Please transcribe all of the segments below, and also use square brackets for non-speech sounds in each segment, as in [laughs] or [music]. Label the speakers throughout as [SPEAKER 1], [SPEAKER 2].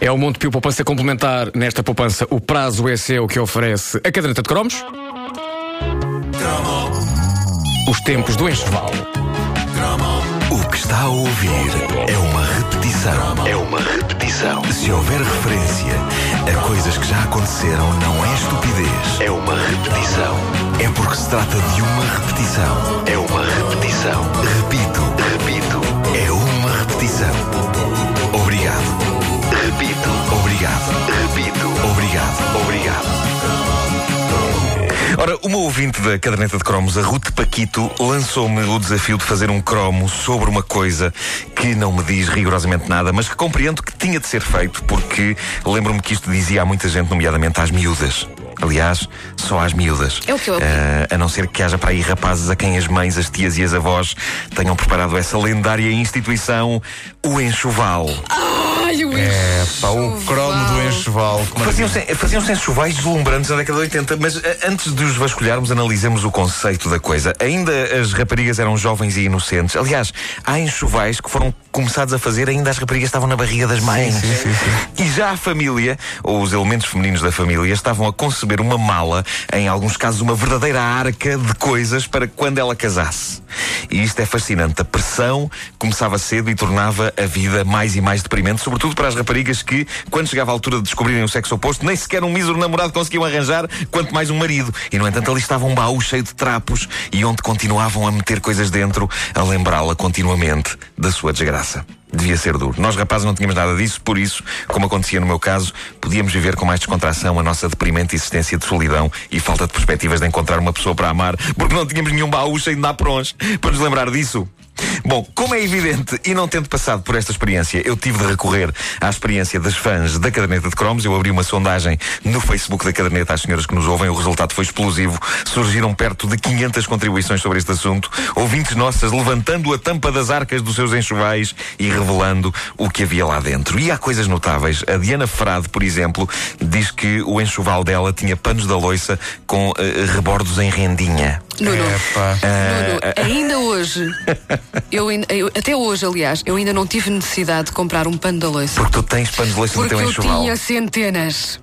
[SPEAKER 1] É o Monte Pio Poupança Complementar. Nesta poupança, o prazo é seu que oferece a caderneta de cromos. Os tempos do enxoval.
[SPEAKER 2] O que está a ouvir é uma repetição. É uma repetição. Se houver referência a coisas que já aconteceram, não é estupidez. É uma repetição. É porque se trata de uma repetição. É uma repetição. Repito, repito. É uma repetição. Obrigado. Repito. Obrigado. Repito. Obrigado. Obrigado. Ora, uma ouvinte da caderneta de cromos, a Ruth Paquito, lançou-me o desafio de fazer um cromo sobre uma coisa que não me diz rigorosamente nada, mas que compreendo que tinha de ser feito, porque lembro-me que isto dizia a muita gente, nomeadamente às miúdas. Aliás, só às miúdas.
[SPEAKER 3] É o que eu
[SPEAKER 2] Ah, A não ser que haja para aí rapazes a quem as mães, as tias e as avós tenham preparado essa lendária instituição, o enxoval.
[SPEAKER 3] Ai, o
[SPEAKER 4] É, pá, o cromo do enxoval. que maravilha.
[SPEAKER 2] Faziam-se faziam enxovais deslumbrantes na década de 80, mas eh, antes de os vasculharmos, analisemos o conceito da coisa. Ainda as raparigas eram jovens e inocentes. Aliás, há enxovais que foram começados a fazer ainda as raparigas estavam na barriga das mães. E já a família, ou os elementos femininos da família, estavam a conceber uma mala, em alguns casos uma verdadeira arca de coisas para quando ela casasse. E isto é fascinante. A pressão começava cedo e tornava a vida mais e mais deprimente, sobretudo para as raparigas que, quando chegava a altura de descobrirem o sexo oposto, nem sequer um mísero namorado conseguiam arranjar, quanto mais um marido. E, no entanto, ali estava um baú cheio de trapos e onde continuavam a meter coisas dentro, a lembrá-la continuamente da sua desgraça. Devia ser duro. Nós, rapazes, não tínhamos nada disso, por isso, como acontecia no meu caso, podíamos viver com mais descontração a nossa deprimente existência de solidão e falta de perspectivas de encontrar uma pessoa para amar, porque não tínhamos nenhum baú cheio de naprons para nos lembrar disso. Bom, como é evidente, e não tendo passado por esta experiência, eu tive de recorrer à experiência das fãs da Caderneta de Cromos. Eu abri uma sondagem no Facebook da Caderneta às senhoras que nos ouvem. O resultado foi explosivo. Surgiram perto de 500 contribuições sobre este assunto. Ouvintes nossas levantando a tampa das arcas dos seus enxovais e revelando o que havia lá dentro. E há coisas notáveis. A Diana Frade, por exemplo, diz que o enxoval dela tinha panos da loiça com eh, rebordos em rendinha.
[SPEAKER 3] Nuno,
[SPEAKER 4] É, pá.
[SPEAKER 3] Nuno, ainda hoje, eu, ainda- eu- até hoje, aliás, eu ainda não tive necessidade de comprar um pano da loiça.
[SPEAKER 2] Porque tu tens panos de loiça
[SPEAKER 3] Porque
[SPEAKER 2] no teu
[SPEAKER 3] eu
[SPEAKER 2] enxoval.
[SPEAKER 3] tinha centenas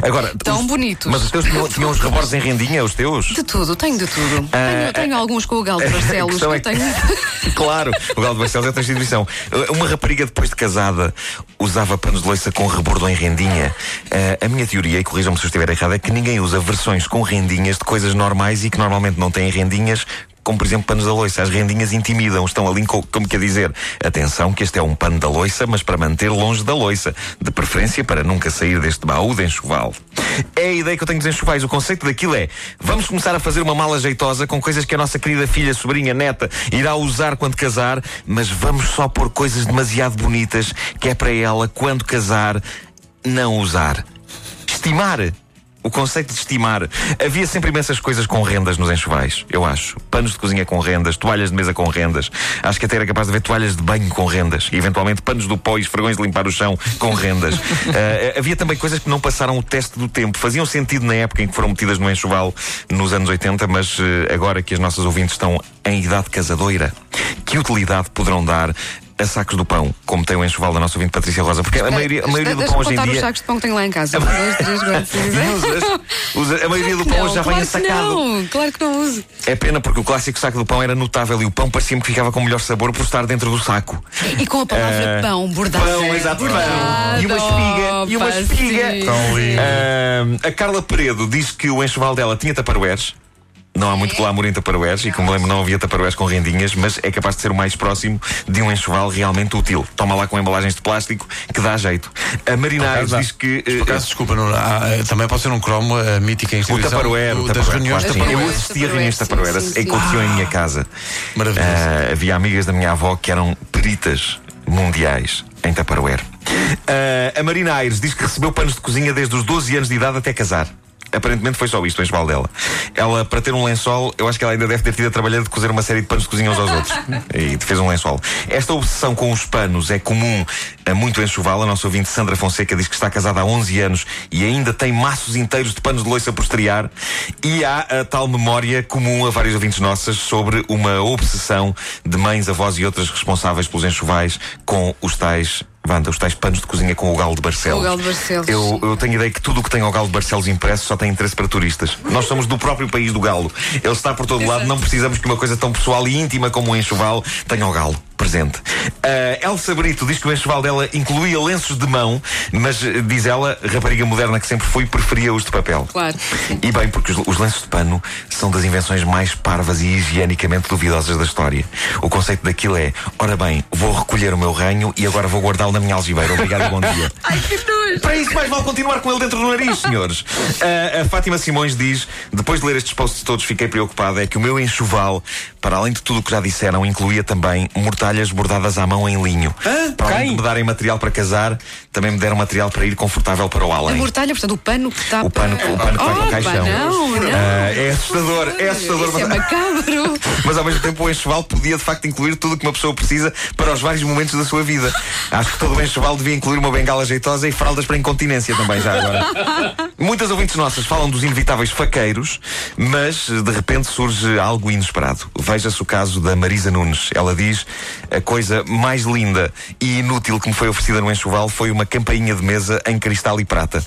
[SPEAKER 2] Agora,
[SPEAKER 3] Tão bonitos.
[SPEAKER 2] Mas os teus tinham, tinham os rebordes em rendinha, os
[SPEAKER 3] [laughs]
[SPEAKER 2] teus?
[SPEAKER 3] de tudo, tenho de tudo. Tenho, tenho alguns com o Galo de
[SPEAKER 2] Ah, [laughs] A
[SPEAKER 3] Barcelos,
[SPEAKER 2] questão é
[SPEAKER 3] eu
[SPEAKER 2] que-
[SPEAKER 3] tenho.
[SPEAKER 2] claro, o Galo de Barcelos é outra instituição. Uma rapariga depois de casada usava panos de loiça com rebordo em rendinha. Eh, a minha teoria, e corrijam-me se eu estiver errado, é que ninguém usa versões com rendinhas de coisas normais e que normalmente não têm rendinhas. Como, por exemplo, panos da loiça. As rendinhas intimidam, estão ali, co- como quer dizer, atenção, que este é um pano da loiça, mas para manter longe da loiça. De preferência para nunca sair deste baú de enxoval. É a ideia que eu tenho dos enxovais. O conceito daquilo é: vamos começar a fazer uma mala jeitosa com coisas que a nossa querida filha, sobrinha, neta irá usar quando casar, mas vamos só pôr coisas demasiado bonitas que é para ela, quando casar, não usar. Estimar. O conceito de estimar. Havia sempre imensas coisas com rendas nos enxovais, eu acho. Panos de cozinha com rendas, toalhas de mesa com rendas. Acho que até era capaz de haver toalhas de banho com rendas. E eventualmente panos do pó e esfregões de limpar o chão com rendas.
[SPEAKER 3] [laughs]
[SPEAKER 2] Ah, havia também coisas que não passaram o teste do tempo. Faziam sentido na época em que foram metidas no enxoval nos anos 80, mas eh, agora que as nossas ouvintes estão em idade casadoira, que utilidade poderão dar a sacos do pão, como tem o enxoval da nossa ouvinte Patrícia Rosa? Porque a maioria, a maioria do
[SPEAKER 3] Deixa-me
[SPEAKER 2] pão hoje em
[SPEAKER 3] contar os
[SPEAKER 2] dia.
[SPEAKER 3] sacos de pão que tenho lá em casa. Um, dois, três,
[SPEAKER 2] [laughs]
[SPEAKER 3] quatro, cinco,
[SPEAKER 2] E usas,
[SPEAKER 3] seis.
[SPEAKER 2] usas- a maioria do pão
[SPEAKER 3] Não,
[SPEAKER 2] já
[SPEAKER 3] claro
[SPEAKER 2] vem
[SPEAKER 3] que
[SPEAKER 2] sacado.
[SPEAKER 3] Não, claro que não uso.
[SPEAKER 2] É pena porque o clássico saco do pão era notável e o pão parecia-me que ficava com o melhor sabor por estar dentro do saco.
[SPEAKER 3] E com a palavra pão, bordado.
[SPEAKER 2] Ah, Pão, exato, pão. E uma espiga, e uma
[SPEAKER 3] Opa,
[SPEAKER 2] espiga.
[SPEAKER 3] sim.
[SPEAKER 4] Tão lindo.
[SPEAKER 2] Ahm, a Carla Peredo diz que o enxoval dela tinha taparueres. Não há muito glamour em taparueres e, como lembro, não havia taparueres com rendinhas, mas é capaz de ser o mais próximo de um enxoval realmente útil. Toma lá com embalagens de plástico que dá jeito. A
[SPEAKER 4] Ah,
[SPEAKER 2] Marina Aires diz que.
[SPEAKER 4] Mas,
[SPEAKER 2] eh,
[SPEAKER 4] Por acaso, desculpa, não, há, eh, também pode ser um cromo a mítica
[SPEAKER 2] O
[SPEAKER 4] instituição
[SPEAKER 2] Tupperware,
[SPEAKER 4] do-
[SPEAKER 2] o
[SPEAKER 4] das
[SPEAKER 2] Tupperware,
[SPEAKER 4] reuniões
[SPEAKER 2] claro,
[SPEAKER 4] de
[SPEAKER 2] sim.
[SPEAKER 3] Tupperware.
[SPEAKER 2] Eu assistia a reuniões de
[SPEAKER 3] Tupperware,
[SPEAKER 2] Tupperware,
[SPEAKER 3] sim, sim.
[SPEAKER 2] aconteceu em minha casa.
[SPEAKER 4] Maravilhoso.
[SPEAKER 2] Ah, havia amigas da minha avó que eram peritas mundiais em Tupperware. Ah, a Marina Aires diz que recebeu panos de cozinha desde os 12 anos de idade até casar. Aparentemente foi só isto, o enxoval dela. Ela, para ter um lençol, eu acho que ela ainda deve ter tido a trabalhar de cozer uma série de panos de cozinha uns aos
[SPEAKER 3] [laughs]
[SPEAKER 2] outros. E fez um lençol. Esta obsessão com os panos é comum a muito enxoval. A nossa ouvinte Sandra Fonseca diz que está casada há 11 anos e ainda tem maços inteiros de panos de loiça por estrear. E há a tal memória comum a vários ouvintes nossas sobre uma obsessão de mães, avós e outras responsáveis pelos enxovais com os tais Wanda, os tais panos de cozinha com o galo de Barcelos.
[SPEAKER 3] O galo de Barcelos,
[SPEAKER 2] Eu,
[SPEAKER 3] sim.
[SPEAKER 2] eu tenho ideia que tudo o que tem ao galo de Barcelos impresso só tem interesse para turistas. Nós somos do próprio país do galo. Ele está por todo lado, não precisamos que uma coisa tão pessoal e íntima como o enxoval tenha o galo. Presente. Ah, Elsa Brito diz que o enxoval dela incluía lenços de mão, mas eh, diz ela, rapariga moderna que sempre foi, preferia-os de papel.
[SPEAKER 3] Claro.
[SPEAKER 2] E bem, porque os, os lenços de pano são das invenções mais parvas e higienicamente duvidosas da história. O conceito daquilo é: ora bem, vou recolher o meu ranho e agora vou guardá-lo na minha algibeira. Obrigado e bom dia.
[SPEAKER 3] [laughs] Ai, que nojo!
[SPEAKER 2] Para isso, mais vale continuar com ele dentro do nariz, senhores. Ah, a Fátima Simões diz: depois de ler estes posts todos, fiquei preocupada. É que o meu enxoval, para além de tudo o que já disseram, incluía também mortalhas bordadas à mão em linho. para além de me darem material para casar, também me deram material para ir confortável para o
[SPEAKER 3] A
[SPEAKER 2] além.
[SPEAKER 3] mortalha, portanto, o pano que está.
[SPEAKER 2] O pano- o pano que vai com o
[SPEAKER 3] Opa,
[SPEAKER 2] caixão.
[SPEAKER 3] Não, não.
[SPEAKER 2] Ah, é assustador, é assustador,
[SPEAKER 3] Isso é
[SPEAKER 2] mas-
[SPEAKER 3] macabro.
[SPEAKER 2] Mas ao mesmo tempo o enxoval podia de facto incluir tudo o que uma pessoa precisa para os vários momentos da sua vida. Acho que todo o enxoval devia incluir uma bengala jeitosa e fraldas para incontinência também já agora. Muitas ouvintes nossas falam dos inevitáveis faqueiros, mas de repente surge algo inesperado. Veja-se o caso da Marisa Nunes. Ela diz: a coisa mais linda e inútil que me foi oferecida no enxoval foi uma campainha de mesa em cristal e prata.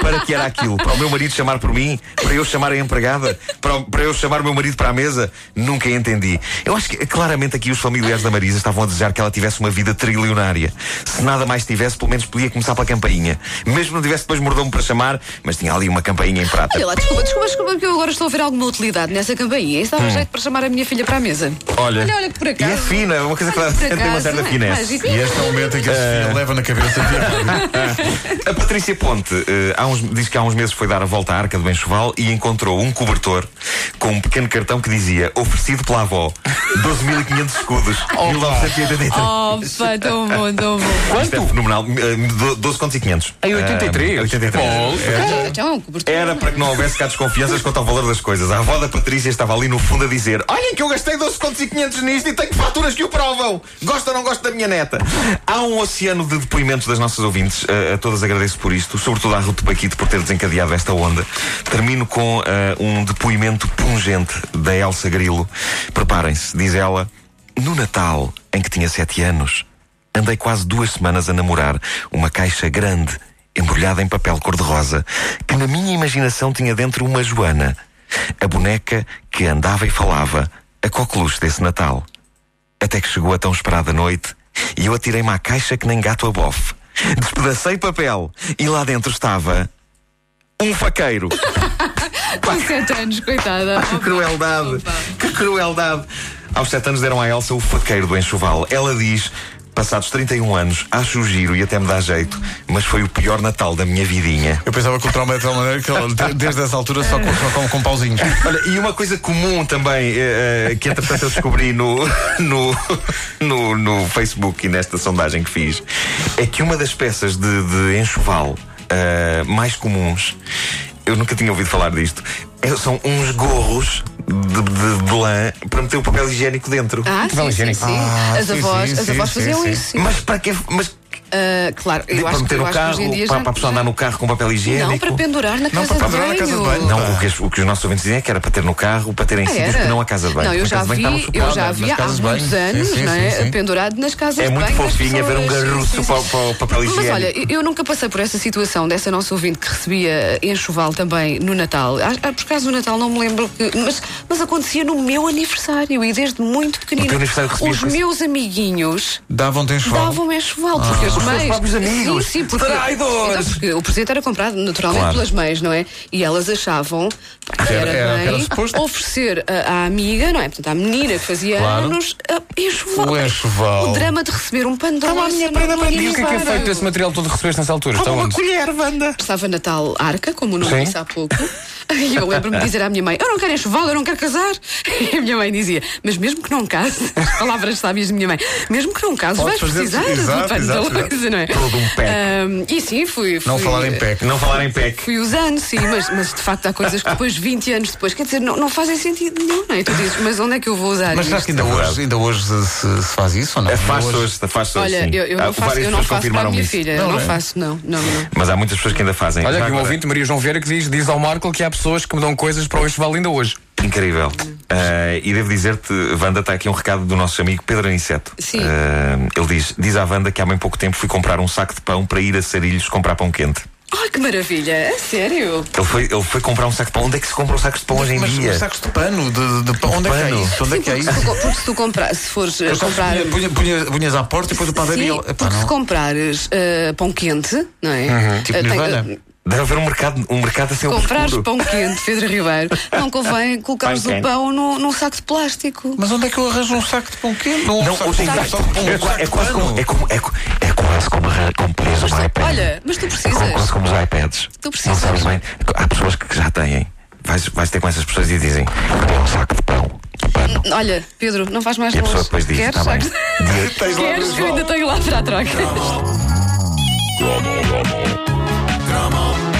[SPEAKER 2] Para que era aquilo? Para o meu marido chamar por mim? Para eu chamar a empregada? Para, para eu chamar o meu marido para a mesa? Nunca entendi. Eu acho que eh, claramente aqui os familiares da Marisa estavam a desejar que ela tivesse uma vida trilionária. Se nada mais tivesse, pelo menos podia começar pela campainha. Mesmo não tivesse depois mordomo para chamar, mas tinha ali uma campainha em prata.
[SPEAKER 3] Olha lá, desculpa, desculpa, desculpa, que eu agora estou a ver alguma utilidade nessa campainha. Isso dava
[SPEAKER 2] Hum.
[SPEAKER 3] jeito para chamar a minha filha para a mesa.
[SPEAKER 2] Olha,
[SPEAKER 3] olha, olha que por acaso.
[SPEAKER 2] E é fina, é uma coisa que
[SPEAKER 3] Olha
[SPEAKER 2] ela
[SPEAKER 3] que
[SPEAKER 2] tem
[SPEAKER 3] por
[SPEAKER 2] uma
[SPEAKER 3] acaso,
[SPEAKER 2] certa
[SPEAKER 3] não é?
[SPEAKER 2] finesse.
[SPEAKER 3] Mas
[SPEAKER 4] E este é o momento em que a Sofia leva na cabeça.
[SPEAKER 2] A Patrícia Ponte eh, há uns- diz que há uns meses foi dar a volta à arca do Enxoval e encontrou um cobertor com um pequeno cartão que dizia oferecido pela avó 12.500 escudos 1983.
[SPEAKER 3] [laughs] Opa, tão bom, tão bom.
[SPEAKER 2] Isto é fenomenal. Eh, do- 12 contos e 500.
[SPEAKER 1] Em
[SPEAKER 2] Ah,
[SPEAKER 1] 83?
[SPEAKER 2] 83.
[SPEAKER 1] Bom,
[SPEAKER 3] Ah, Então é um cobertor.
[SPEAKER 2] Era para que não houvesse cá desconfianças quanto ao valor das coisas. A avó da Patrícia estava ali no fundo a dizer: Olhem que eu gastei 12 contos e 500 nisto e tenho faturas que o provam. Gosto ou não gosto da minha neta? Há um oceano de depoimentos das nossas ouvintes. Uh, a todas agradeço por isto, sobretudo à Ruth Paquito por ter desencadeado esta onda. Termino com uh, um depoimento pungente da Elsa Grilo. Preparem-se, diz ela: No Natal, em que tinha 7 anos, Andei quase duas semanas a namorar uma caixa grande, embrulhada em papel cor-de-rosa, que na minha imaginação tinha dentro uma Joana, a boneca que andava e falava, a coqueluche desse Natal. Até que chegou a tão esperada noite e eu atirei-me à caixa que nem gato a bofe. Despedacei papel e lá dentro estava um faqueiro.
[SPEAKER 3] Com 7 anos, coitada.
[SPEAKER 2] Ah, Que crueldade!
[SPEAKER 3] Opa.
[SPEAKER 2] Que crueldade! Aos sete anos deram à Elsa o faqueiro do enxoval. Ela diz. Passados 31 anos, acho giro e até me dá jeito, mas foi o pior Natal da minha vidinha.
[SPEAKER 4] Eu pensava que o trauma é de tal maneira que ela, de- desde essa altura, só come só come com pauzinhos.
[SPEAKER 2] Olha, e uma coisa comum também, eh, eh, que entretanto eu descobri no, [laughs] no, no, no Facebook e nesta sondagem que fiz, é que uma das peças de, de enxoval eh, mais comuns, eu nunca tinha ouvido falar disto, é- são uns gorros de, de- de lã para meter o papel higiênico dentro.
[SPEAKER 3] Ah, sim, sim, sim.
[SPEAKER 4] Ah,
[SPEAKER 3] As
[SPEAKER 4] sim,
[SPEAKER 3] avós,
[SPEAKER 4] sim,
[SPEAKER 3] as
[SPEAKER 4] sim,
[SPEAKER 3] avós
[SPEAKER 4] sim,
[SPEAKER 3] faziam
[SPEAKER 4] sim.
[SPEAKER 3] isso. sim.
[SPEAKER 2] Mas para que Mas
[SPEAKER 3] Ah, claro, eu
[SPEAKER 2] para
[SPEAKER 3] acho, que-
[SPEAKER 2] meter
[SPEAKER 3] eu
[SPEAKER 2] o
[SPEAKER 3] acho
[SPEAKER 2] carro,
[SPEAKER 3] que hoje em dia
[SPEAKER 2] para,
[SPEAKER 3] já...
[SPEAKER 2] para a pessoa andar no carro com papel higiênico.
[SPEAKER 3] Não, para pendurar na casa,
[SPEAKER 4] para pendurar
[SPEAKER 3] de
[SPEAKER 4] na casa de
[SPEAKER 3] banho.
[SPEAKER 4] banho.
[SPEAKER 2] Não, o que, os- o que os nossos ouvintes dizem é que era para ter no carro, para ter em
[SPEAKER 3] Ah,
[SPEAKER 2] sítios
[SPEAKER 3] era?
[SPEAKER 2] que não a casa de banho.
[SPEAKER 3] Não, eu
[SPEAKER 2] Porque a
[SPEAKER 3] já
[SPEAKER 2] casa de
[SPEAKER 3] vi,
[SPEAKER 2] banho estava
[SPEAKER 3] eu já
[SPEAKER 4] suportada,
[SPEAKER 3] vi
[SPEAKER 4] nas
[SPEAKER 3] há
[SPEAKER 4] casas de
[SPEAKER 3] muitos
[SPEAKER 4] banho. Sim,
[SPEAKER 3] anos,
[SPEAKER 4] sim,
[SPEAKER 3] não é?
[SPEAKER 4] sim, sim.
[SPEAKER 3] Pendurado nas casas
[SPEAKER 2] É
[SPEAKER 3] de
[SPEAKER 2] muito
[SPEAKER 3] banho. das
[SPEAKER 2] fofinho ver um
[SPEAKER 3] pessoas. Sim,
[SPEAKER 2] garruço
[SPEAKER 3] sim,
[SPEAKER 2] para,
[SPEAKER 3] sim.
[SPEAKER 2] para o papel
[SPEAKER 3] Mas
[SPEAKER 2] higiênico.
[SPEAKER 3] olha, eu nunca passei por essa situação dessa nossa ouvinte que recebia enxoval também no Natal. Ah, ah, Por acaso do Natal não me lembro que. Mas, mas acontecia no meu aniversário e desde muito pequenino.
[SPEAKER 2] No teu aniversário recebias
[SPEAKER 3] Os
[SPEAKER 2] coisa?
[SPEAKER 3] meus amiguinhos
[SPEAKER 4] Davam-te um enxoval.
[SPEAKER 3] davam-me um enxoval, porque as
[SPEAKER 2] Os teus
[SPEAKER 3] mães.
[SPEAKER 2] próprios amigos.
[SPEAKER 3] Sim, sim, porque,
[SPEAKER 2] Traidores.
[SPEAKER 3] Então, porque o presente era comprado naturalmente
[SPEAKER 2] Claro.
[SPEAKER 3] pelas mães, não é? E elas achavam que era,
[SPEAKER 4] Era- era-
[SPEAKER 3] bem
[SPEAKER 4] era suposto.
[SPEAKER 3] oferecer a- à amiga, não é? Portanto, à menina que fazia
[SPEAKER 4] Claro.
[SPEAKER 3] anos, a enxoval.
[SPEAKER 4] O Um enxoval.
[SPEAKER 3] um O drama de receber um pano de
[SPEAKER 1] Toma a
[SPEAKER 3] roça
[SPEAKER 1] minha
[SPEAKER 3] no
[SPEAKER 1] prenda para ti. E o que é que é
[SPEAKER 3] aniversário.
[SPEAKER 1] feito desse material todo que recebeste nessa altura? Está onde?
[SPEAKER 2] colher, Wanda.
[SPEAKER 3] Estava na tal arca, como o Nuno
[SPEAKER 1] Sim.
[SPEAKER 3] disse há pouco. E eu lembro-me de dizer à minha mãe: Eu não quero enxoval, eu não quero casar. E a minha mãe dizia: Mas mesmo que não cases, as [laughs] palavras sábias de minha mãe, mesmo que não cases,
[SPEAKER 4] Podes
[SPEAKER 3] vais
[SPEAKER 4] fazer-
[SPEAKER 3] precisar de
[SPEAKER 4] exato,
[SPEAKER 3] um pano
[SPEAKER 4] exato,
[SPEAKER 3] da
[SPEAKER 4] exato.
[SPEAKER 3] coisa, não é?
[SPEAKER 2] Todo um pack.
[SPEAKER 3] Ahm, e sim, fui. fui
[SPEAKER 4] Não falar em pé.
[SPEAKER 2] Não falar em PEC.
[SPEAKER 3] Fui usando, sim, mas, mas de facto há coisas que depois, 20 anos depois, quer dizer, não, não fazem sentido nenhum, não é? Tu dizes, mas onde é que eu vou usar
[SPEAKER 4] Mas
[SPEAKER 3] isto?
[SPEAKER 4] sabes que ainda hoje, ainda hoje se, se- se faz isso ou não?
[SPEAKER 2] Afasta
[SPEAKER 4] Ainda
[SPEAKER 2] É
[SPEAKER 4] hoje-
[SPEAKER 2] hoje, afasta hoje.
[SPEAKER 3] Olha,
[SPEAKER 4] assim,
[SPEAKER 2] sim.
[SPEAKER 3] eu, eu
[SPEAKER 2] Há
[SPEAKER 3] não faço,
[SPEAKER 2] várias
[SPEAKER 3] eu não
[SPEAKER 2] pessoas
[SPEAKER 3] faço para a
[SPEAKER 2] confirmaram
[SPEAKER 3] minha
[SPEAKER 2] isso.
[SPEAKER 3] filha, eu
[SPEAKER 4] Não
[SPEAKER 3] não
[SPEAKER 4] é?
[SPEAKER 3] faço, não, não, não.
[SPEAKER 2] Mas há muitas pessoas que ainda fazem.
[SPEAKER 1] Olha
[SPEAKER 2] Já
[SPEAKER 1] aqui um
[SPEAKER 2] agora-
[SPEAKER 1] ouvinte, Maria João Vieira, que diz, diz ao Marco que há pessoas que me dão coisas para o enxoval ainda hoje.
[SPEAKER 2] Incrível.
[SPEAKER 3] Hum.
[SPEAKER 2] Ah, e devo dizer-te, Wanda, está aqui um recado do nosso amigo Pedro Aniceto.
[SPEAKER 3] Sim.
[SPEAKER 2] Ah, ele diz: Diz à Wanda que há bem pouco tempo fui comprar um saco de pão para ir a Sarilhos comprar pão quente.
[SPEAKER 3] Ai, que maravilha! A sério?
[SPEAKER 2] Ele foi, ele foi comprar um saco de pão. Onde é que se compram sacos de pão hoje em
[SPEAKER 4] Mas
[SPEAKER 2] dia?
[SPEAKER 4] os sacos de pano, de, de pão, onde é que é
[SPEAKER 2] Pano.
[SPEAKER 4] isso? Onde é
[SPEAKER 3] Sim,
[SPEAKER 4] que é
[SPEAKER 3] porque
[SPEAKER 4] isso?
[SPEAKER 3] se tu co- porque se tu comprar, se fores eh,
[SPEAKER 4] Eu só
[SPEAKER 3] comprar.
[SPEAKER 4] punha- punha- punha- Punhas à porta e depois o padeiro e
[SPEAKER 3] Sim,
[SPEAKER 4] ele.
[SPEAKER 3] porque
[SPEAKER 4] Epá,
[SPEAKER 3] se
[SPEAKER 4] não.
[SPEAKER 3] comprares eh, pão quente, não é?
[SPEAKER 2] Uhum.
[SPEAKER 4] Tipo
[SPEAKER 3] Eh, tem-
[SPEAKER 4] Nirvana.
[SPEAKER 3] eh,
[SPEAKER 2] Deve haver um mercado, um mercado assim
[SPEAKER 3] comprares
[SPEAKER 2] obscuro.
[SPEAKER 3] pão quente, Pedro Ribeiro, não convém
[SPEAKER 2] [laughs]
[SPEAKER 3] colocares
[SPEAKER 2] Pão
[SPEAKER 3] o
[SPEAKER 2] quente.
[SPEAKER 3] pão num, num saco de plástico.
[SPEAKER 4] Mas onde é que eu arranjo um saco de pão quente? Não, um
[SPEAKER 2] Não,
[SPEAKER 4] saco
[SPEAKER 2] hoje
[SPEAKER 4] de
[SPEAKER 2] em
[SPEAKER 4] pão,
[SPEAKER 2] dia.
[SPEAKER 4] um saco de pão,
[SPEAKER 2] É
[SPEAKER 4] um
[SPEAKER 2] qua-
[SPEAKER 4] saco
[SPEAKER 2] É
[SPEAKER 4] de
[SPEAKER 2] quase como.
[SPEAKER 4] pano.
[SPEAKER 2] É, como, é, co- é quase como, arran- como preso
[SPEAKER 3] Mas
[SPEAKER 2] um
[SPEAKER 3] tu-
[SPEAKER 2] iPad.
[SPEAKER 3] olha, mas tu
[SPEAKER 2] É como-
[SPEAKER 3] precisas.
[SPEAKER 2] quase como os iPads.
[SPEAKER 3] Tu precisas.
[SPEAKER 2] Não sabes bem. Há pessoas que já têm. Vais, vais ter com essas pessoas e dizem: "Queria um saco de pão, de pano.
[SPEAKER 3] Olha, Pedro, não vais mais
[SPEAKER 2] E a pessoa
[SPEAKER 3] longe.
[SPEAKER 2] depois diz:
[SPEAKER 3] Queres?
[SPEAKER 2] Está bem.
[SPEAKER 3] Sabes?
[SPEAKER 2] Dia-
[SPEAKER 3] [laughs] Queres? Eu ainda tenho lá para a troca.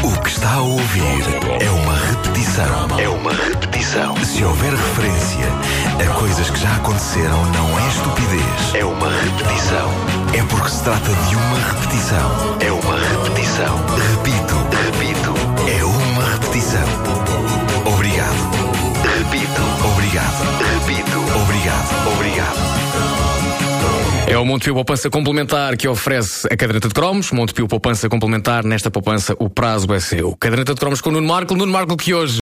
[SPEAKER 5] O que está a ouvir é uma repetição. É uma repetição. Se houver referência a coisas que já aconteceram, não é estupidez. É uma repetição. É porque se trata de uma repetição. É uma repetição. Repito. Repito. É uma repetição. Obrigado. Repito. Obrigado. Repito. Obrigado. Obrigado.
[SPEAKER 1] É o Montepio Poupança Complementar que oferece a caderneta de cromos. Montepio Poupança Complementar, nesta poupança o prazo é seu. Caderneta de cromos com o Nuno Marco. Nuno Marco que hoje